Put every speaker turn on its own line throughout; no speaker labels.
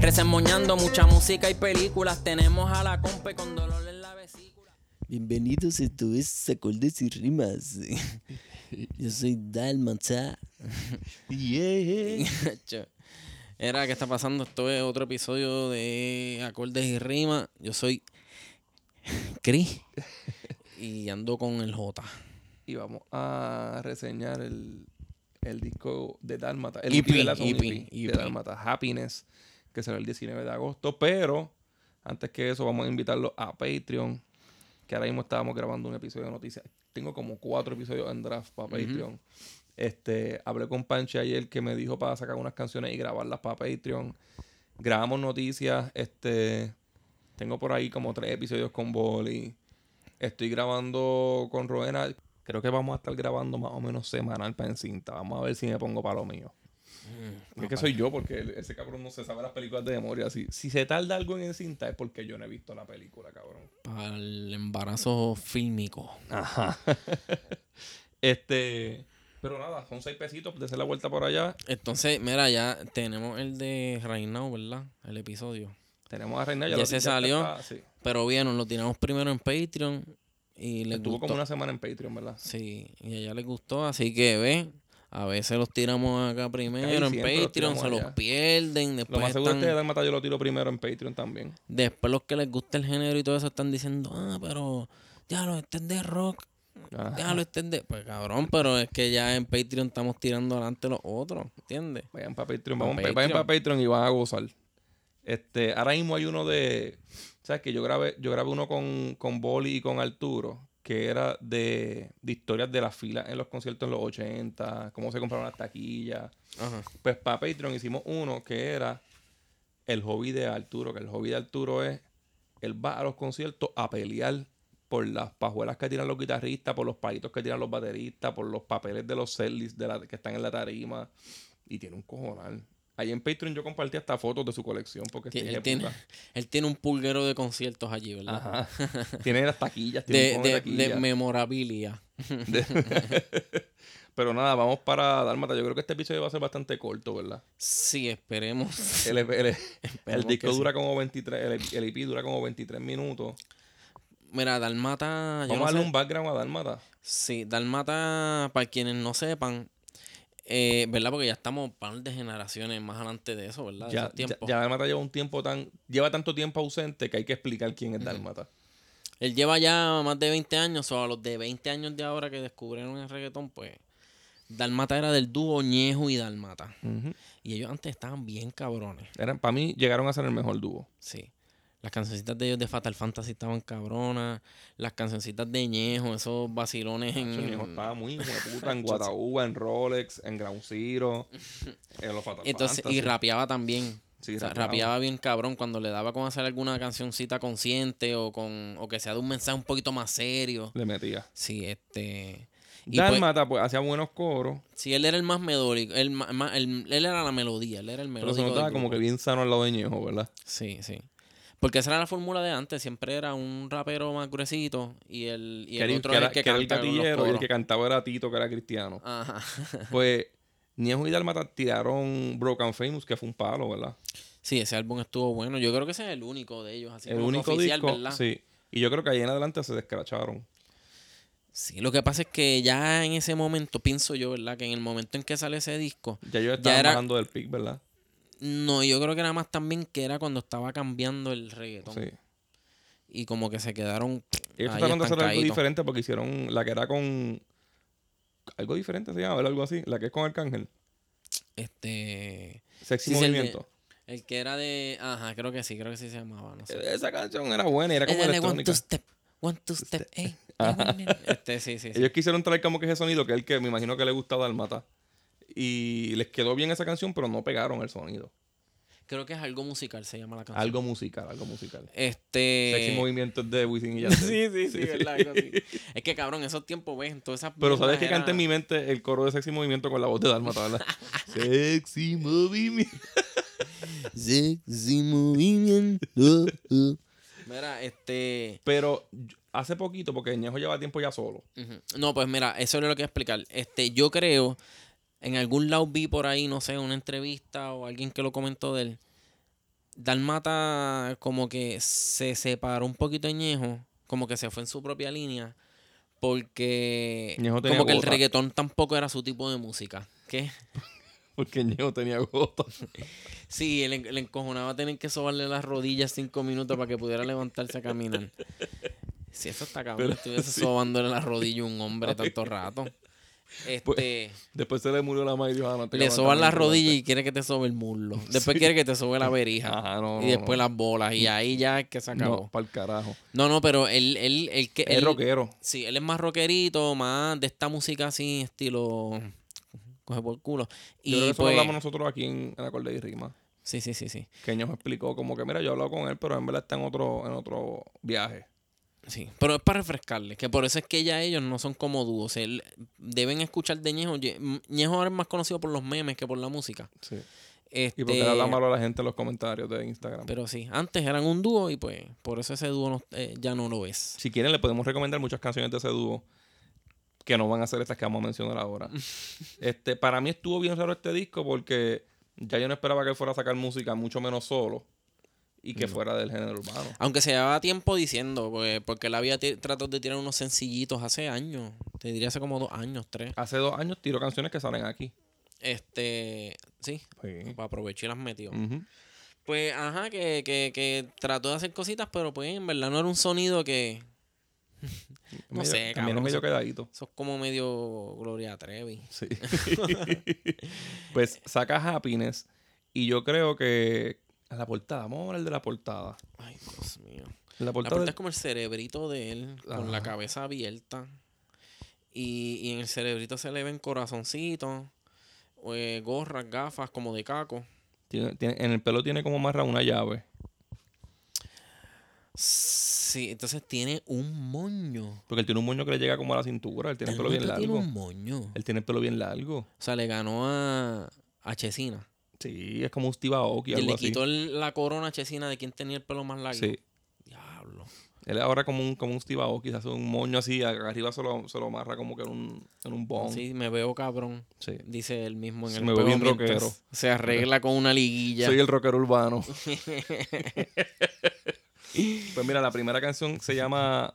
Resemoñando mucha música y películas. Tenemos a la compa con dolor en la vesícula.
Bienvenidos, esto es Acordes y Rimas. Yo soy Dalman Cha. Yeah.
Chacho. Era, ¿qué está pasando? Esto es otro episodio de Acordes y Rimas. Yo soy Chris y ando con el J.
y vamos a reseñar el, el disco de Dálmata. El
EP,
EP de la Tony
EP,
EP,
EP.
de Dálmata, Happiness, que será el 19 de agosto. Pero antes que eso, vamos a invitarlos a Patreon, que ahora mismo estábamos grabando un episodio de noticias. Tengo como cuatro episodios en draft para Patreon. Este, hablé con Panche ayer que me dijo para sacar unas canciones y grabarlas para Patreon. Grabamos noticias, este, tengo por ahí como tres episodios con Boli. Estoy grabando con Roena. Creo que vamos a estar grabando más o menos semanal para encinta. Vamos a ver si me pongo para lo mío.
Mm,
es que soy yo, porque el- ese cabrón no se sabe las películas de memoria. Si, si se tarda algo en encinta es porque yo no he visto la película, cabrón.
Para el embarazo fílmico.
Ajá. este. Pero nada, son seis pesitos de hacer la vuelta por allá.
Entonces, mira, ya tenemos el de Right Now, ¿verdad? El episodio.
Tenemos a Reina.
Ya
lo-
se salió.
está- sí.
Pero bien, lo tiramos primero en Patreon y les
Estuvo
gustó.
como una semana en Patreon, ¿verdad?
Sí, y a ella les gustó, así que ve. A veces los tiramos acá primero en
siempre los
Patreon,
tiramos
se los
allá.
pierden.
Lo
Después,
más seguro es que
pues están-
Dalmata yo lo tiro primero en Patreon también.
después los que les gusta el género y todo eso están diciendo, ah, pero ya lo este es de rock,
Ajá.
ya lo este es de-". Pues cabrón, pero es que ya en Patreon estamos tirando adelante los otros, ¿entiendes?
Vayan para Patreon,
Pa'
vamos, pa-
Patreon.
vayan para Patreon y van a gozar. Este, ahora mismo hay uno de. ¿Sabes que Yo grabé, yo grabé uno con, con Boli y con Arturo, que era de, de historias de las filas en los conciertos en los 80, cómo se compraron las taquillas.
Ajá.
Pues para Patreon hicimos uno que era el hobby de Arturo, que el hobby de Arturo es. Él va a los conciertos a pelear por las pajuelas que tiran los guitarristas, por los palitos que tiran los bateristas, por los papeles de los setlists de la, que están en la tarima. Y tiene un cojonal. Ahí en Patreon yo compartí hasta fotos de su colección porque
Que
este
él,
hijo de
tiene,
puta-
él tiene un pulguero de conciertos allí, ¿verdad?
Ajá. tiene las taquillas, tiene
De,
un
de,
cojón de,
de
taquillas.
memorabilia.
De- Pero nada, vamos para Dálmata. Yo creo que este episodio va a ser bastante corto, ¿verdad?
Sí, esperemos.
El, el- el
Esperemos
disco
que sí.
dura como 23, el, el EP dura como 23 minutos.
Mira, Dalmata. Ah, yo
Vamos
no
a darle
sé-
un background a Dálmata.
Sí, Dalmata, para quienes no sepan, eh, ¿verdad? Porque ya estamos un par de generaciones más adelante de eso, ¿verdad? De
Ya,
esos
ya,
tiempos.
ya Dálmata lleva un tiempo tan, lleva tanto tiempo ausente que hay que explicar quién es Dálmata.
Él lleva ya más de 20 años, o a los de 20 años de ahora que descubrieron el reggaetón, pues. Dalmata era del dúo Ñejo y Dalmata. Y ellos antes estaban bien cabrones.
Eran, para mí, llegaron a ser el mejor dúo.
Sí. Las cancioncitas de ellos de Fatal Fantasy estaban cabronas. Las cancioncitas de Ñejo, esos vacilones en.
Nacho, mi hijo estaba muy hijo de puta en Guataúba, en Rolex, en Ground Zero, en los Fatal
Entonces, y
Fantasy.
rapeaba también.
Sí,
O sea,
rapeaba.
rapeaba. bien cabrón cuando le daba con hacer alguna cancioncita consciente o con o que sea de un mensaje un poquito más serio.
Le metía.
Sí, este. Y pues,
Dálmata, pues, hacía buenos coros,
sí, él era el más melódico. El, ma- ma- el- él era la melodía, él era el
pero
melódico.
se notaba
del
como que
grupo.
bien sano al lado de Ñejo, ¿verdad?
Sí, sí. Porque esa era la fórmula de antes. Siempre era un rapero más gruesito y el, y
que
el
era,
otro
que era-
era el que,
que era el
cantaba los
gatillero y el
coros.
que cantaba era Tito, que era cristiano.
Ajá.
Pues Ñejo y Dalmata tiraron Broken Famous, que fue un palo, ¿verdad?
Sí, ese álbum estuvo bueno. Yo creo que ese es el único de ellos. Así
el
como que
único
oficial,
disco.
¿verdad?
Sí. Y yo creo que ahí en adelante se descracharon.
Sí, lo que pasa es que ya en ese momento, pienso yo, ¿verdad? Que en el momento en que sale ese disco,
Ya yo estaba
era-
bajando del pick, ¿verdad?
no, yo creo que era más también que era cuando estaba cambiando el reggaetón.
Sí.
Y como que se quedaron.
Ellos
ahí
trataron de hacer algo
estancaditos.
diferente porque hicieron la que era con. Algo diferente se llama, ¿verdad? Algo así. La que es con Arcángel.
Este.
Sexy
Sí, sí, el de-
Movimiento.
El que era de. Ajá, creo que sí, creo que sí se llamaba. No sé.
Esa canción era buena, Eh, era como
Eh, dale, one,
electrónica.
two step. One, two step. ey. Este, sí, sí. sí.
Ellos quisieron traer como que ese sonido que es el que me imagino que le gusta a Dalmata. Y les quedó bien esa canción, pero no pegaron el sonido.
Creo que es algo musical, se llama la canción.
Algo musical, algo musical.
Este.
Sexy movimientos de Wisin y Yandel.
Sí, sí, sí, verdad. algo así. Es que cabrón, esos tiempos, ves, en todas esas.
Pero
mierdas
sabes que
era-
canta en mi mente el coro de sexy movimiento con la voz de Dalmata, ¿verdad? sexy movimiento.
Sexy movimiento.
Mira, este.
Pero yo- hace poquito, porque Ñejo lleva tiempo ya solo.
Ujú. No, pues mira, eso es lo que voy a explicar. Este, yo creo, en algún lado vi por ahí, no sé, una entrevista o alguien que lo comentó de él. Dalmata como que se separó un poquito de Ñejo, como que se fue en su propia línea, porque
Ñejo tenía
como que el
gota.
reggaetón tampoco era su tipo de música. ¿Qué?
Porque Ñejo tenía gota.
Sí, le, le encojonaba tener que sobarle las rodillas cinco minutos para que pudiera levantarse a caminar. Si eso está cabrón,
Pero,
estuviese
sí.
sobándole las rodillas a un hombre tanto rato.
Pues,
Este,
Después se le murió la madre y dijo, ah, no, este
le
cabrón
soban
también
las
es gigante.
rodillas y quiere que te sobe el muslo. Después quiere que te sobe la verija.
Ajá, no,
y
no,
después
no.
las bolas. Y ahí ya es que se
No,
acabó. Eh,
para el carajo.
No, no, pero él, él, él que
Es
él-
rockero.
Sí, él es más rockerito, más de esta música así, estilo. Coge por culo.
Yo creo que
Y
eso lo
pues.
hablamos nosotros aquí en, en Acorde y Rima.
Sí, sí, sí, sí.
Que Ñejo explicó como que, mira, yo he hablado con él, pero en verdad está en otro, en otro viaje.
Sí, pero es para refrescarles, que por eso es que ya ellos no son como dúos. el- deben escuchar de Ñejo. Ye- M- Ñejo ahora es más conocido por los memes que por la música.
Sí.
Este,
Y porque le habla malo a la gente en los comentarios de Instagram.
Pero sí, antes eran un dúo y pues por eso ese dúo no- eh, ya no lo es.
Si quieren, le podemos recomendar muchas canciones de ese dúo que no van a ser estas que vamos a mencionar ahora. este, para mí estuvo bien raro este disco porque ya yo no esperaba que él fuera a sacar música, mucho menos solo, y que fuera del género urbano.
Aunque se llevaba tiempo diciendo, pues, porque él había ti- tratado de tirar unos sencillitos hace años. Te diría hace como dos años, tres.
Hace dos años tiró canciones que salen aquí.
Este, sí,
Sí.
para aprovechar y las metió. Pues, ajá, que, que, que trató de hacer cositas, pero pues en verdad no era un sonido que... No sé,
También
cabrón,
es medio
eso-
quedadito.
Eso es como medio Gloria Trevi.
Sí. pues saca Happiness y yo creo que la portada, vamos a hablar de la portada.
Ay, Dios mío.
La
La
portada,
puerta es como el cerebrito de él, con la
Ajá.
cabeza abierta. Y, y en el cerebrito se le ven corazoncitos, eh, gorras, gafas, como de caco.
tiene- tiene- en el pelo tiene como marra una llave.
Sí, entonces tiene un moño.
Porque él tiene un moño que le llega como a la cintura. Él tiene el pelo bien
Dalmata tiene
largo.
un moño.
Él tiene el pelo bien largo.
O sea, le ganó a, a Chesina.
Sí, es como un Steve Aoki,
Y
algo
le
así.
quitó el- la corona a Chesina de quien tenía el pelo más largo.
Sí.
Diablo.
Él ahora como un, como un Steve Aoki, se hace un moño así, arriba se lo, se lo amarra como que en un, en un bong. Sí.
Sí, me veo cabrón. Dice él mismo en
Oh. Sí,
el
me veo
espejo
bien
mientras
rockero.
Se arregla con una liguilla.
Soy el rockero urbano. pues mira, la primera canción se llama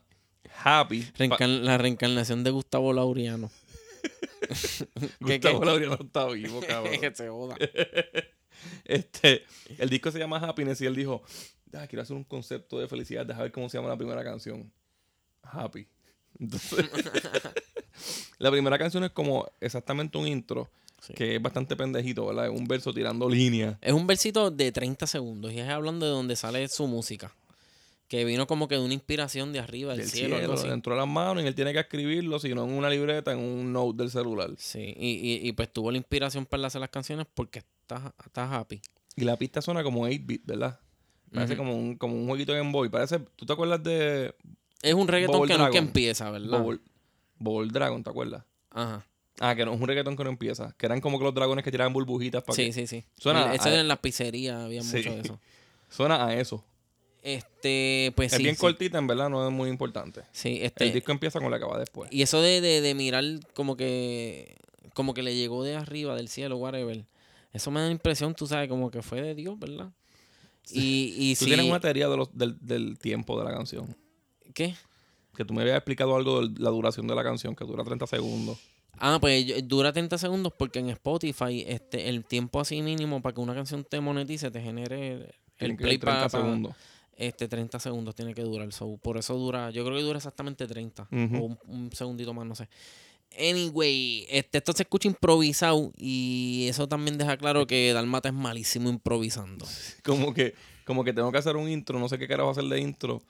Happy. Pa-
Reencar- la reencarnación de Gustavo Laureano. ¿Qué,
Gustavo
qué?
Laureano está vivo, cabrón.
que se joda.
Este, el disco se llama Happiness y él dijo, "Ah, quiero hacer un concepto de felicidad, deja ver cómo se llama la primera canción. Happy. Entonces, la primera canción es como exactamente un intro
Sí.
que es bastante pendejito, ¿verdad? Es un verso tirando líneas.
Es un versito de 30 segundos y es hablando de donde sale su música. Que vino como que de una inspiración de arriba, del,
Del
cielo,
cielo,
algo así.
dentro de las manos y él tiene que escribirlo, si no en una libreta, en un note del celular.
Sí, y, y- y, pues tuvo la inspiración para hacer las canciones porque está, está happy.
Y la pista suena como 8-bit, ¿verdad? Parece
Ujú.
como, un, como un jueguito de Game Boy. Parece, ¿tú te acuerdas de
Es un reggaetón
Bubble
que nunca
Dragon.
empieza, ¿verdad?
Bubble, Bubble Dragon, te acuerdas?
Ajá.
Ah, que no, es un reggaetón que no empieza. Que eran como que los dragones que tiraban burbujitas para
Sí,
que...
sí, sí.
Suena
El- eso
a-
era en las pizzerías, había
Sí.
mucho de eso.
Suena a eso.
Este, pues
es
sí.
bien
sí.
cortita, en verdad, no es muy importante.
Sí, este.
El disco empieza con la que va después.
Y eso de, de, de mirar como que como que le llegó de arriba, del cielo, whatever. Eso me da la impresión, tú sabes, como que fue de Dios, ¿verdad? Y, y
Tú
si...
tienes una teoría de los- del, del tiempo de la canción.
¿Qué?
Que tú me habías explicado algo de la duración de la canción, que dura 30 segundos.
Ah, pues yo- dura 30 segundos porque en Spotify este, el tiempo así mínimo para que una canción te monetice, te genere el- el,
Tiene que
play
ser 30
para...
segundos.
este, 30 segundos tiene que durar. so, por eso dura, yo creo que dura exactamente 30
Ujú.
o un, un segundito más, no sé. Anyway, este, esto se escucha improvisado y eso también deja claro que Dalmata es malísimo improvisando.
Como que, como que tengo que hacer un intro, no sé qué carajo hacer de intro.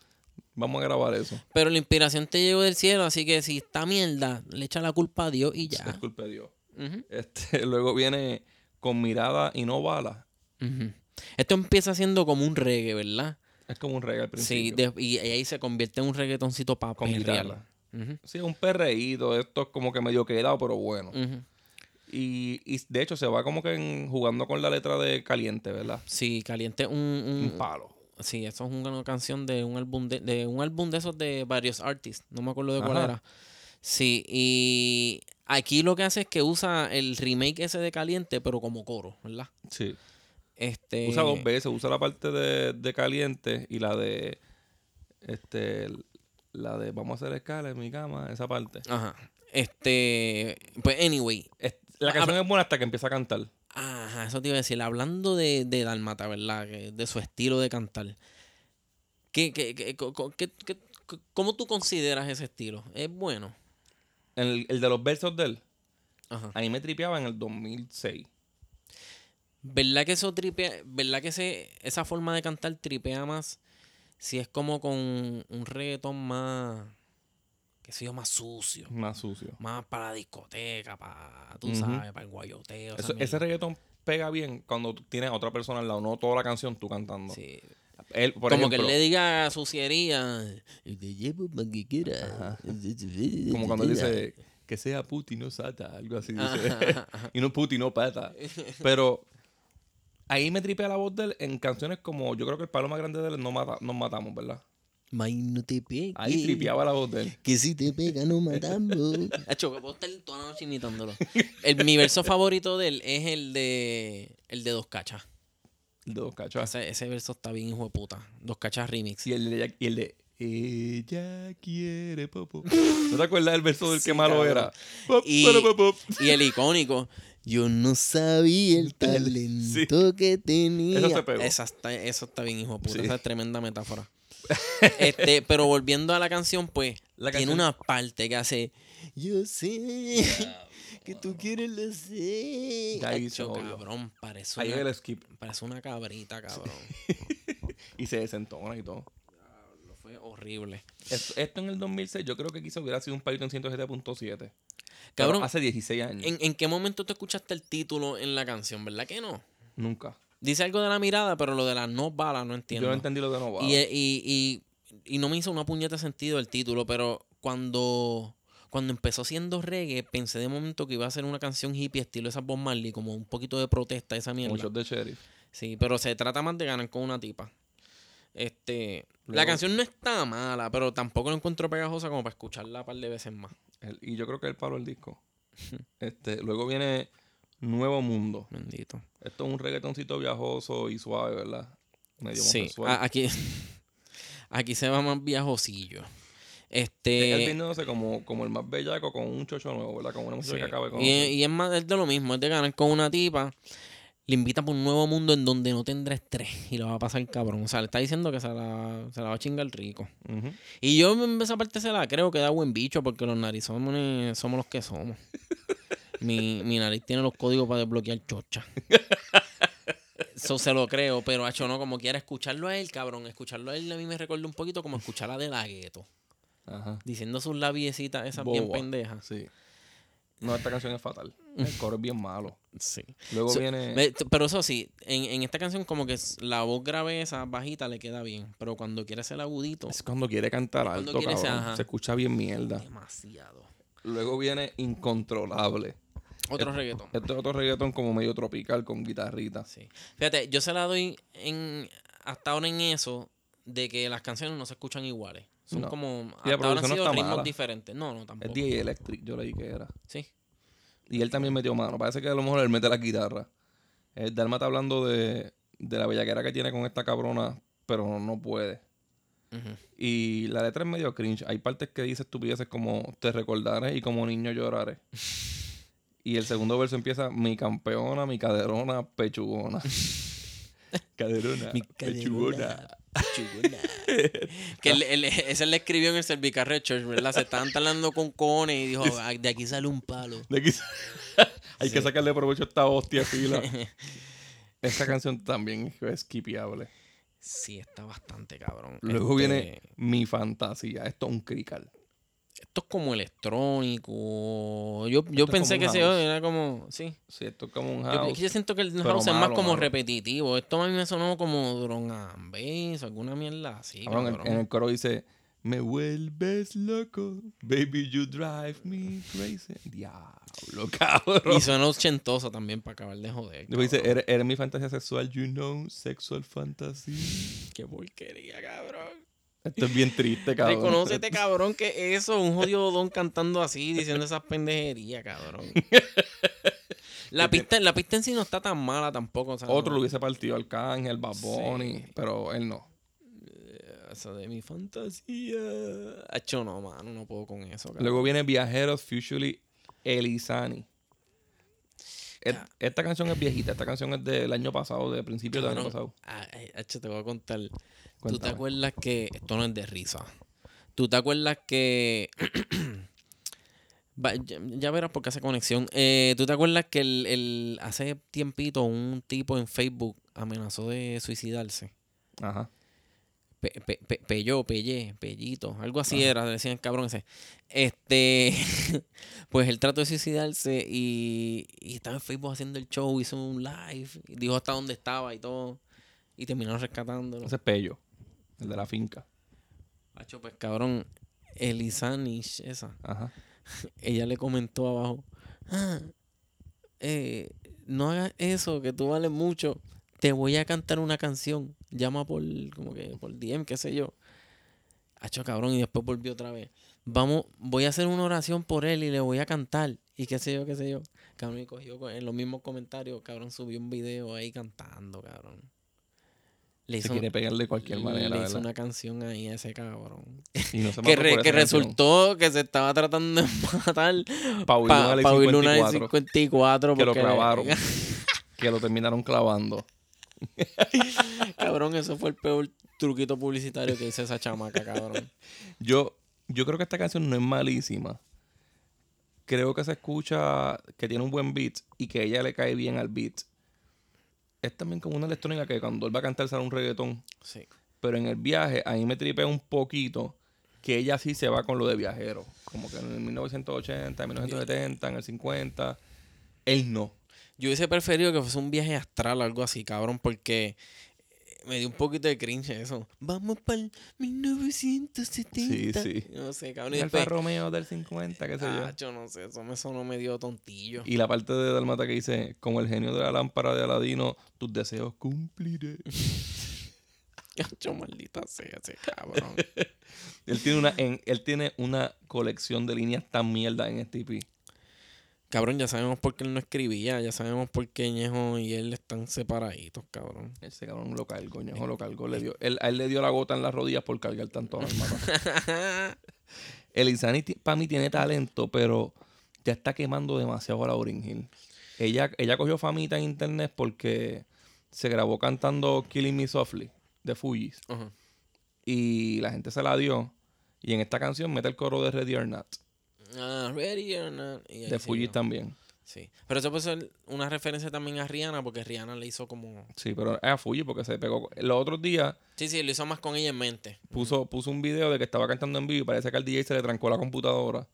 Vamos a grabar eso.
Pero la inspiración te llegó del cielo, así que si está mierda, le echa la culpa a Dios y ya.
Disculpe Dios.
Ujú,
Este, luego viene con mirada y no bala.
ujú. Esto empieza siendo como un reggae, ¿verdad?
Es como un reggae al
Sí,
principio.
de- y, y ahí se convierte en un reggaetoncito para
con guitarra. Sí, es un perreíto. Esto es como que medio quedado, pero bueno. Y, y de hecho se va como que en- jugando con la letra de caliente, ¿verdad?
Sí, caliente es un, un-
Un palo.
sí, eso es una canción de un álbum de, de un álbum de esos de varios artists, no me acuerdo de cuál
Ajá.
era. Sí, y aquí lo que hace es que usa el remake ese de caliente, pero como coro, ¿verdad?
Sí.
Este
Usa dos veces, usa la parte de, de caliente y la de este la de vamos a hacer escala en mi cama, esa parte.
Ajá. Este, pues anyway,
Es- la
Ah,
canción es buena hasta que empieza a cantar.
Ajá, eso te iba a decir. Hablando de, de Dalmata, ¿verdad? Que- De su estilo de cantar. ¿Qué, qué, qué- co- co- qué- qué- co- cómo tú consideras ese estilo? ¿Es bueno?
El, el de los versos de él,
Ajá.
a mí me tripeaba en el 2006.
¿Verdad que eso tripea, verdad que ese, esa forma de cantar tripea más si es como con un reggaetón más, qué sé yo, más sucio,
Más sucio.
más para la discoteca, para, tú
Ujú.
sabes, para el guayoteo. esa
Eso- ese
mierda.
reggaetón pega bien cuando tú tienes a otra persona al lado, no toda la canción tú cantando.
Sí.
Él, por
Como que
ejemplo,
él le diga suciería.
Y te llevo para que quieras.
como cuando él dice que sea puti no sata, algo así dice. y no puti no pata. Pero ahí me tripea la voz de él en canciones como yo creo que el palo más grande de él no mata, nos matamos, ¿verdad?
May no te pegue.
Ahí tripeaba la voz de él.
Que si te pega no matamos.
Hacho, que puedo estar toda la noche imitándolo. El, mi verso favorito de él es el de el de Dos Cachas.
El de dos cachas.
Ese, ese verso está bien hijo de puta. Dos Cachas remix.
Y el de ella, y el de ella quiere popo. ¿No te acuerdas del verso del que malo
cabrón.
era? Pop,
Y-
para, pop, pop.
Y el icónico.
Yo no sabía el talento que tenía.
Eso se pegó.
Esa está, eso está bien hijo de puta.
Sí.
Esa es tremenda metáfora. Este, pero volviendo a la canción, pues,
La
tiene
canción-
una parte que hace.
Yo sé que tú quieres lo sé.
Ya ahí se
Hacho,
jodió.
cabrón, parece
Ahí el
una,
skip.
parece una cabrita, cabrón.
Y se desentona y todo.
Fue horrible.
Esto, esto en el 2006 yo creo que quizá hubiera sido un palito en 107.7.
Cabrón,
Pero Hace 16 años.
¿en, ¿en qué momento tú escuchaste el título en la canción? ¿Verdad que no?
Nunca.
Dice algo de la mirada, pero lo de las no balas no entiendo.
Yo no entendí lo que no va.
y, y, y, y no me hizo una puñeta sentido el título, pero cuando, cuando empezó siendo reggae, pensé de momento que iba a ser una canción hippie estilo esa Bob Marley, como un poquito de protesta esa mierda.
Muchos de sheriff.
Sí, pero se trata más de ganar con una tipa. Este, la
Luego-
canción no está mala, pero tampoco la encuentro pegajosa como para escucharla un par de veces más.
El- y yo creo que él paró el disco. este, luego viene Nuevo Mundo.
Bendito.
Esto es un reggaetoncito viajoso y suave, ¿verdad? Medio
Sí, ah,
homosexual.
a- aquí, aquí se va más viajosillo.
Él
Este,
viniéndose como, como el más bellaco con un chocho nuevo, ¿verdad? Como una muchacha
Sí.
que acaba de
y,
conocer.
es- y es más es de lo mismo, es de ganar con una tipa, le invita por un nuevo mundo en donde no tendrá estrés y lo va a pasar cabrón. O sea, le está diciendo que se la, se la va a chingar rico.
Ujú.
Y yo en esa parte se la creo que da buen bicho porque los narizones somos los que somos. mi, mi nariz tiene los códigos para desbloquear chocha. Eso se lo creo, pero hacho no, como quiera escucharlo a él, cabrón. Escucharlo a él a mí me recuerda un poquito como escuchar a De La Gueto.
Ajá.
Diciendo sus labiecitas esas bien
Boba.
pendejas.
Sí. No, esta canción es fatal. El coro es bien malo.
Sí.
Luego
So-
viene.
Ve, t- Pero eso sí, en, en esta canción como que s- la voz grave esa bajita le queda bien, pero cuando quiere ser agudito,
Es cuando quiere cantar
Cuando
alto,
quiere ser,
cabrón.
ajá.
Se escucha bien mierda.
demasiado.
Luego viene Incontrolable.
Otro
Eh,
reggaetón.
Este es otro reggaetón como medio tropical con guitarritas.
Sí. Fíjate, yo se la doy en hasta ahora en eso de que las canciones no se escuchan iguales. Son
No. la
como hasta ahora han
producción no
sido
está
ritmos
mala.
diferentes. No, no tampoco.
Es DJ Electric, yo leí que era.
Sí.
Y él también metió mano. Parece que a lo mejor él mete la guitarra. El Dalma está hablando de, de la bellaquera que tiene con esta cabrona, pero no, no puede.
Ujú.
Y la letra es medio cringe. Hay partes que dice estupideces como te recordaré y como niño lloraré. y el segundo verso empieza mi campeona, mi caderona, pechugona. caderona,
Mi
pechugona.
Chugona.
Que él, él- ese él le escribió en el Cervicarre Church, ¿verdad? Se estaban talando con cones y dijo, "Ah, de aquí sale un palo.
De aquí- Hay que sacarle provecho a esta hostia fila. Esta canción también es skipiable.
Sí, está bastante cabrón.
Luego
Este,
viene Mi Fantasía. Esto es un crical.
Esto es como electrónico. Yo, yo
es
pensé
como
que
un
se
house.
era como. Sí.
Sí, esto es como un
Yo,
house.
es que yo siento que el
pero
house es más
malo,
como
malo.
repetitivo. Esto a mí me sonó como Drone and Bass, alguna mierda así.
Cabrón, en-
cabrón.
en el coro dice, me vuelves loco, baby, you drive me crazy. Diablo, cabrón.
Y suena ochentoso también para acabar de joder.
Después dice,
cabrón.
eres, eres mi fantasía sexual, you know, sexual fantasy.
Qué porquería, cabrón.
Esto es bien triste, cabrón.
Reconócete, cabrón, que eso, un jodido don cantando así, diciendo esas pendejerías, cabrón. La pista, la pista en sí no está tan mala tampoco. o sea,
Otro
no-
lo hubiese partido Arcángel, Bad Bunny,
Sí.
pero él no.
Esa de mi fantasía. Hacho, no, mano, no puedo con eso, cabrón.
Luego viene Viajeros, Futurely, Elizani. Et- Esta canción es viejita, esta canción es del año pasado, de principio del año
Cabrón,
pasado.
ah, eh, Hacho, te voy a contar. ¿Tú te
Cuéntame.
acuerdas que. Esto no es de risa. ¿Tú te acuerdas que. Va- ya, ya verás por qué hace conexión. Eh, ¿Tú te acuerdas que el, el- hace tiempito un tipo en Facebook amenazó de suicidarse?
Ajá.
Pe, pe- pe- pelló, pellé, pellito, algo así era, le decían cabrón ese. Este, pues él trató de suicidarse y, y estaba en Facebook haciendo el show, hizo un live, y dijo hasta dónde estaba y todo, y terminaron rescatándolo.
Ese es Pello, el de la finca.
Hacho, pues cabrón, Elisanish, esa,
Ajá.
ella le comentó abajo, "Ah, eh, no hagas eso, que tú vales mucho, te voy a cantar una canción, llama por, como que por DM, qué sé yo. Hacho, cabrón, y después volvió otra vez. Vamos, voy a hacer una oración por él y le voy a cantar. Y qué sé yo, qué sé yo. Cabrón, y cogió co- en los mismos comentarios, cabrón, subió un video ahí cantando, cabrón. Le
Se
hizo,
quiere pegarle de cualquier
le
manera,
hizo
¿verdad?
una canción ahí a ese cabrón
Y no se
que,
mató
re-
por
que
esa canción.
resultó que se estaba tratando de matar
Paul
pa-
Luna
Paul Luna
Luna
del 54
que lo
porque-
clavaron. que lo terminaron clavando.
cabrón, eso fue el peor truquito publicitario que hizo esa chamaca, cabrón.
Yo, yo creo que esta canción no es malísima. Creo que se escucha que tiene un buen beat y que ella le cae bien al beat. Es también como una electrónica que cuando él va a cantar sale un reggaetón.
Sí.
Pero en el viaje, a mí me tripea un poquito que ella sí se va con lo de viajero. Como que en el 1980, en 1970, en el 50. Él no.
Yo hubiese preferido que fuese un viaje astral o algo así, cabrón, porque me dio un poquito de cringe eso. Vamos para el 1970.
Sí, sí.
No sé, cabrón. Y
Alfa
después,
Romeo del 50, qué sé yo.
ah, yo no sé, eso me sonó medio tontillo.
Y la parte de Dalmata que dice, como el genio de la lámpara de Aladino, tus deseos cumpliré.
Yo maldita sea ese cabrón.
él, tiene una, en- él tiene una colección de líneas tan mierda en este EP.
Cabrón, ya sabemos por qué él no escribía, ya sabemos por qué Ñejo y él están separaditos, cabrón.
Ese cabrón lo cargó, Ñejo lo cargó.
Eh,
Le dio, él, a él le dio la gota en las rodillas por cargar tanto a Dalmata. Elizani para mí tiene talento, pero ya está quemando demasiado a Lauryn Hill. Ella, ella cogió famita en internet porque se grabó cantando Killing Me Softly de Fujis.
Ajá.
y la gente se la dio. Y en esta canción mete el coro de Ready or Not,
Ah, ready or not. Y ahí
de
sí,
Fuji
¿no?
también.
Sí. Pero eso puede ser una referencia también a Rihanna, porque Rihanna le hizo como.
Sí, pero es a Fuji porque se pegó. Los otros días
Sí, sí, lo hizo más con ella en mente.
puso, puso un video de que estaba cantando en vivo y parece que al DJ se le trancó la computadora.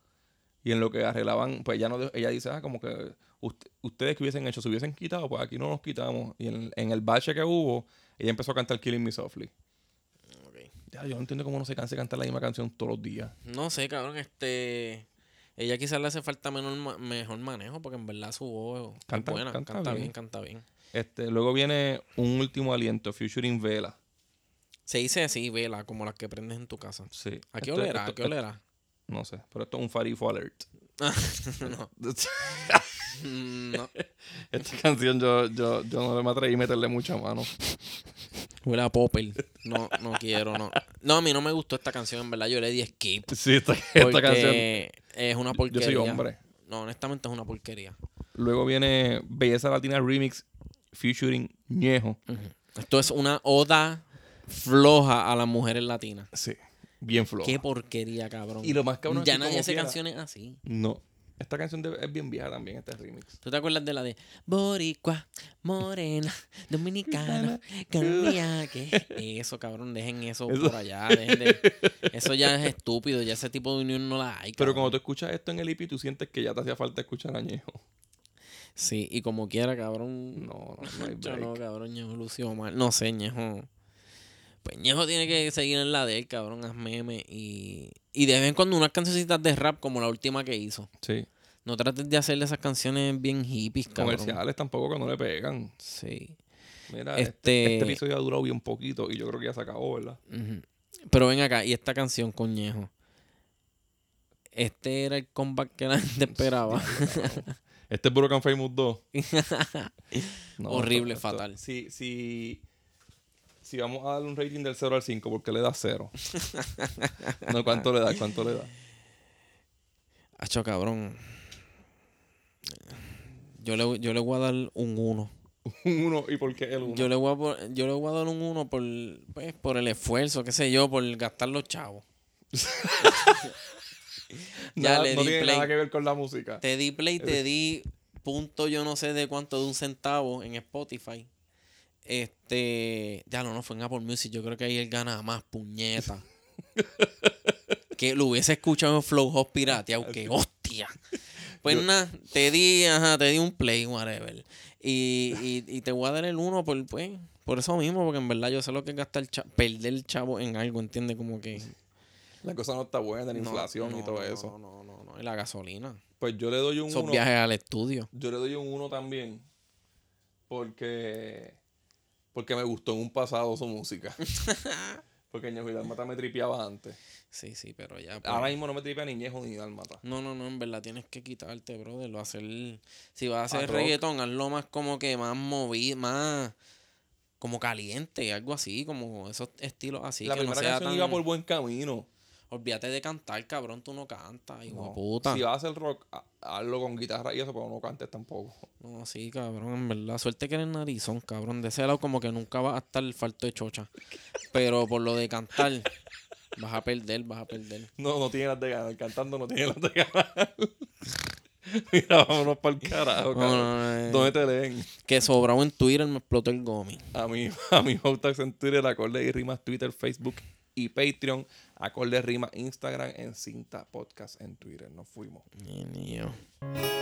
Y en lo que arreglaban, pues ella, no, ella dice, ah, como que "Ust- ustedes que hubiesen hecho, se hubiesen quitado, pues aquí no nos quitamos. Y en, en el bache que hubo, ella empezó a cantar Killing Me Softly.
Ok.
Ya, yo no entiendo cómo no se cansa de cantar la misma canción todos los días.
No sé, cabrón, este. Ella quizás le hace falta menor ma- mejor manejo, porque en verdad su voz es
Canta-
buena. Canta,
canta
bien.
bien.
canta bien.
Este, luego viene Un Último Aliento, Futuring Vela.
Se dice así, vela, como las que prendes en tu casa.
Sí.
¿A qué
Esto-
olerá? ¿A
esto-
qué olerá?
No sé, pero esto es un Farifo Alert.
no. Mm, no.
Esta canción yo, yo, yo no me atreví a meterle mucha mano.
Huele a Popper. No, no quiero, no. No, a mí no me gustó esta canción, en verdad. Yo le di skip.
Sí, esta,
Porque
esta canción.
es una
Yo
porquería.
soy hombre.
No, honestamente es una porquería.
Luego viene Belleza Latina Remix featuring Ñejo.
Mm. Esto es una oda floja a las mujeres latinas.
Sí. Bien flojo.
Qué porquería, cabrón.
Y lo más cabrón es
Ya
que
nadie
como
hace
quiera-
canciones así.
No. Esta canción de- es bien vieja también, este remix.
¿Tú te acuerdas de la de Boricua, Morena, Dominicana, Cambia? que Eso, cabrón, dejen eso,
Eso-
por allá. dejen de- Eso ya es estúpido, ya ese tipo de unión no la hay.
Pero
cabrón.
cuando tú escuchas esto en el EP, tú sientes que ya te hacía falta escuchar añejo.
Sí, y como quiera, cabrón.
No, no, no hay
Yo
break.
no, cabrón, Ñejo lució mal. No sé, Ñejo. Pues Ñejo tiene que seguir en la de él, cabrón, haz meme. Y, y de vez en cuando unas cancioncitas de rap como la última que hizo.
Sí.
No trates de hacerle esas canciones bien hippies, cabrón.
Comerciales tampoco cuando le pegan.
Sí.
Mira,
Este-
este, este episodio ha durado bien poquito y yo creo que ya se acabó, ¿verdad?
Ujú. Pero ven acá, y esta canción, coñejo. Este era el comeback que la gente esperaba.
Este es Broken Famous 2. No,
Horrible,
esto- esto-
fatal.
Si, si, si vamos a darle un rating del 0 al 5, ¿por qué le das 0? no, ¿cuánto le das? ¿Cuánto le das?
Hacho, cabrón. Yo le, yo le voy a dar un 1.
Un 1 y por qué el 1.
Yo le voy a, por- yo le voy a dar un 1 por, pues, por el esfuerzo, qué sé yo, por gastar los chavos. ya
Nada-
le
no
di
tiene
play.
nada que ver con la música.
Te di play,
Eh,
te di punto yo no sé de cuánto, de un centavo en Spotify. Este, ya no, no fue en Apple Music, yo creo que ahí él gana más puñeta. que lo hubiese escuchado en Flow Host pirateado, que hostia. Pues nada, te di, ajá, te di un play, whatever. Y, y, y te voy a dar el uno por, pues, por eso mismo, porque en verdad yo sé lo que es gastar, cha- perder el chavo en algo, ¿entiendes? Como que...
La cosa no está buena, la
no,
inflación y
no,
todo
no,
eso.
No, no, no, no, y la gasolina.
Pues yo le doy un
Esos
1.
viajes al estudio.
Yo le doy un 1 también. Porque. Porque me gustó en un pasado su música. porque Ñejo y Dalmata me tripeaba antes.
Sí, sí, pero ya. pues,
Ahora mismo no me tripea ni Ñejo ni Dalmata.
No, no, no, en verdad tienes que quitarte, brother. Lo hacer. Si vas a
Ah,
hacer
rock.
reggaetón, hazlo más como que más movido, más. Como caliente, algo así, como esos estilos así.
la
que no
primera
sea
canción
tan-
iba por buen camino.
Olvídate de cantar, cabrón, tú no cantas, hijo de
No.
puta.
Si vas a hacer rock, ha- hazlo con guitarra y eso, pero no cantes tampoco.
No, sí, cabrón, en verdad. Suerte que eres narizón, cabrón. De ese lado, como que nunca vas a estar falto de chocha. Pero por lo de cantar, vas a perder, vas a perder.
No, no tiene las de ganar. Cantando no tiene las de ganar. Mira, vámonos para el carajo,
No,
cabrón.
no, no, no.
¿Dónde te leen?
Que sobrado en Twitter me explotó el gomi.
A mi, a mi hashtags en Twitter, acorde y rimas, Twitter, Facebook y Patreon. Acorde rimas, Instagram, en cinta podcast en Twitter. Nos fuimos.
Ni- ni yo.
Thank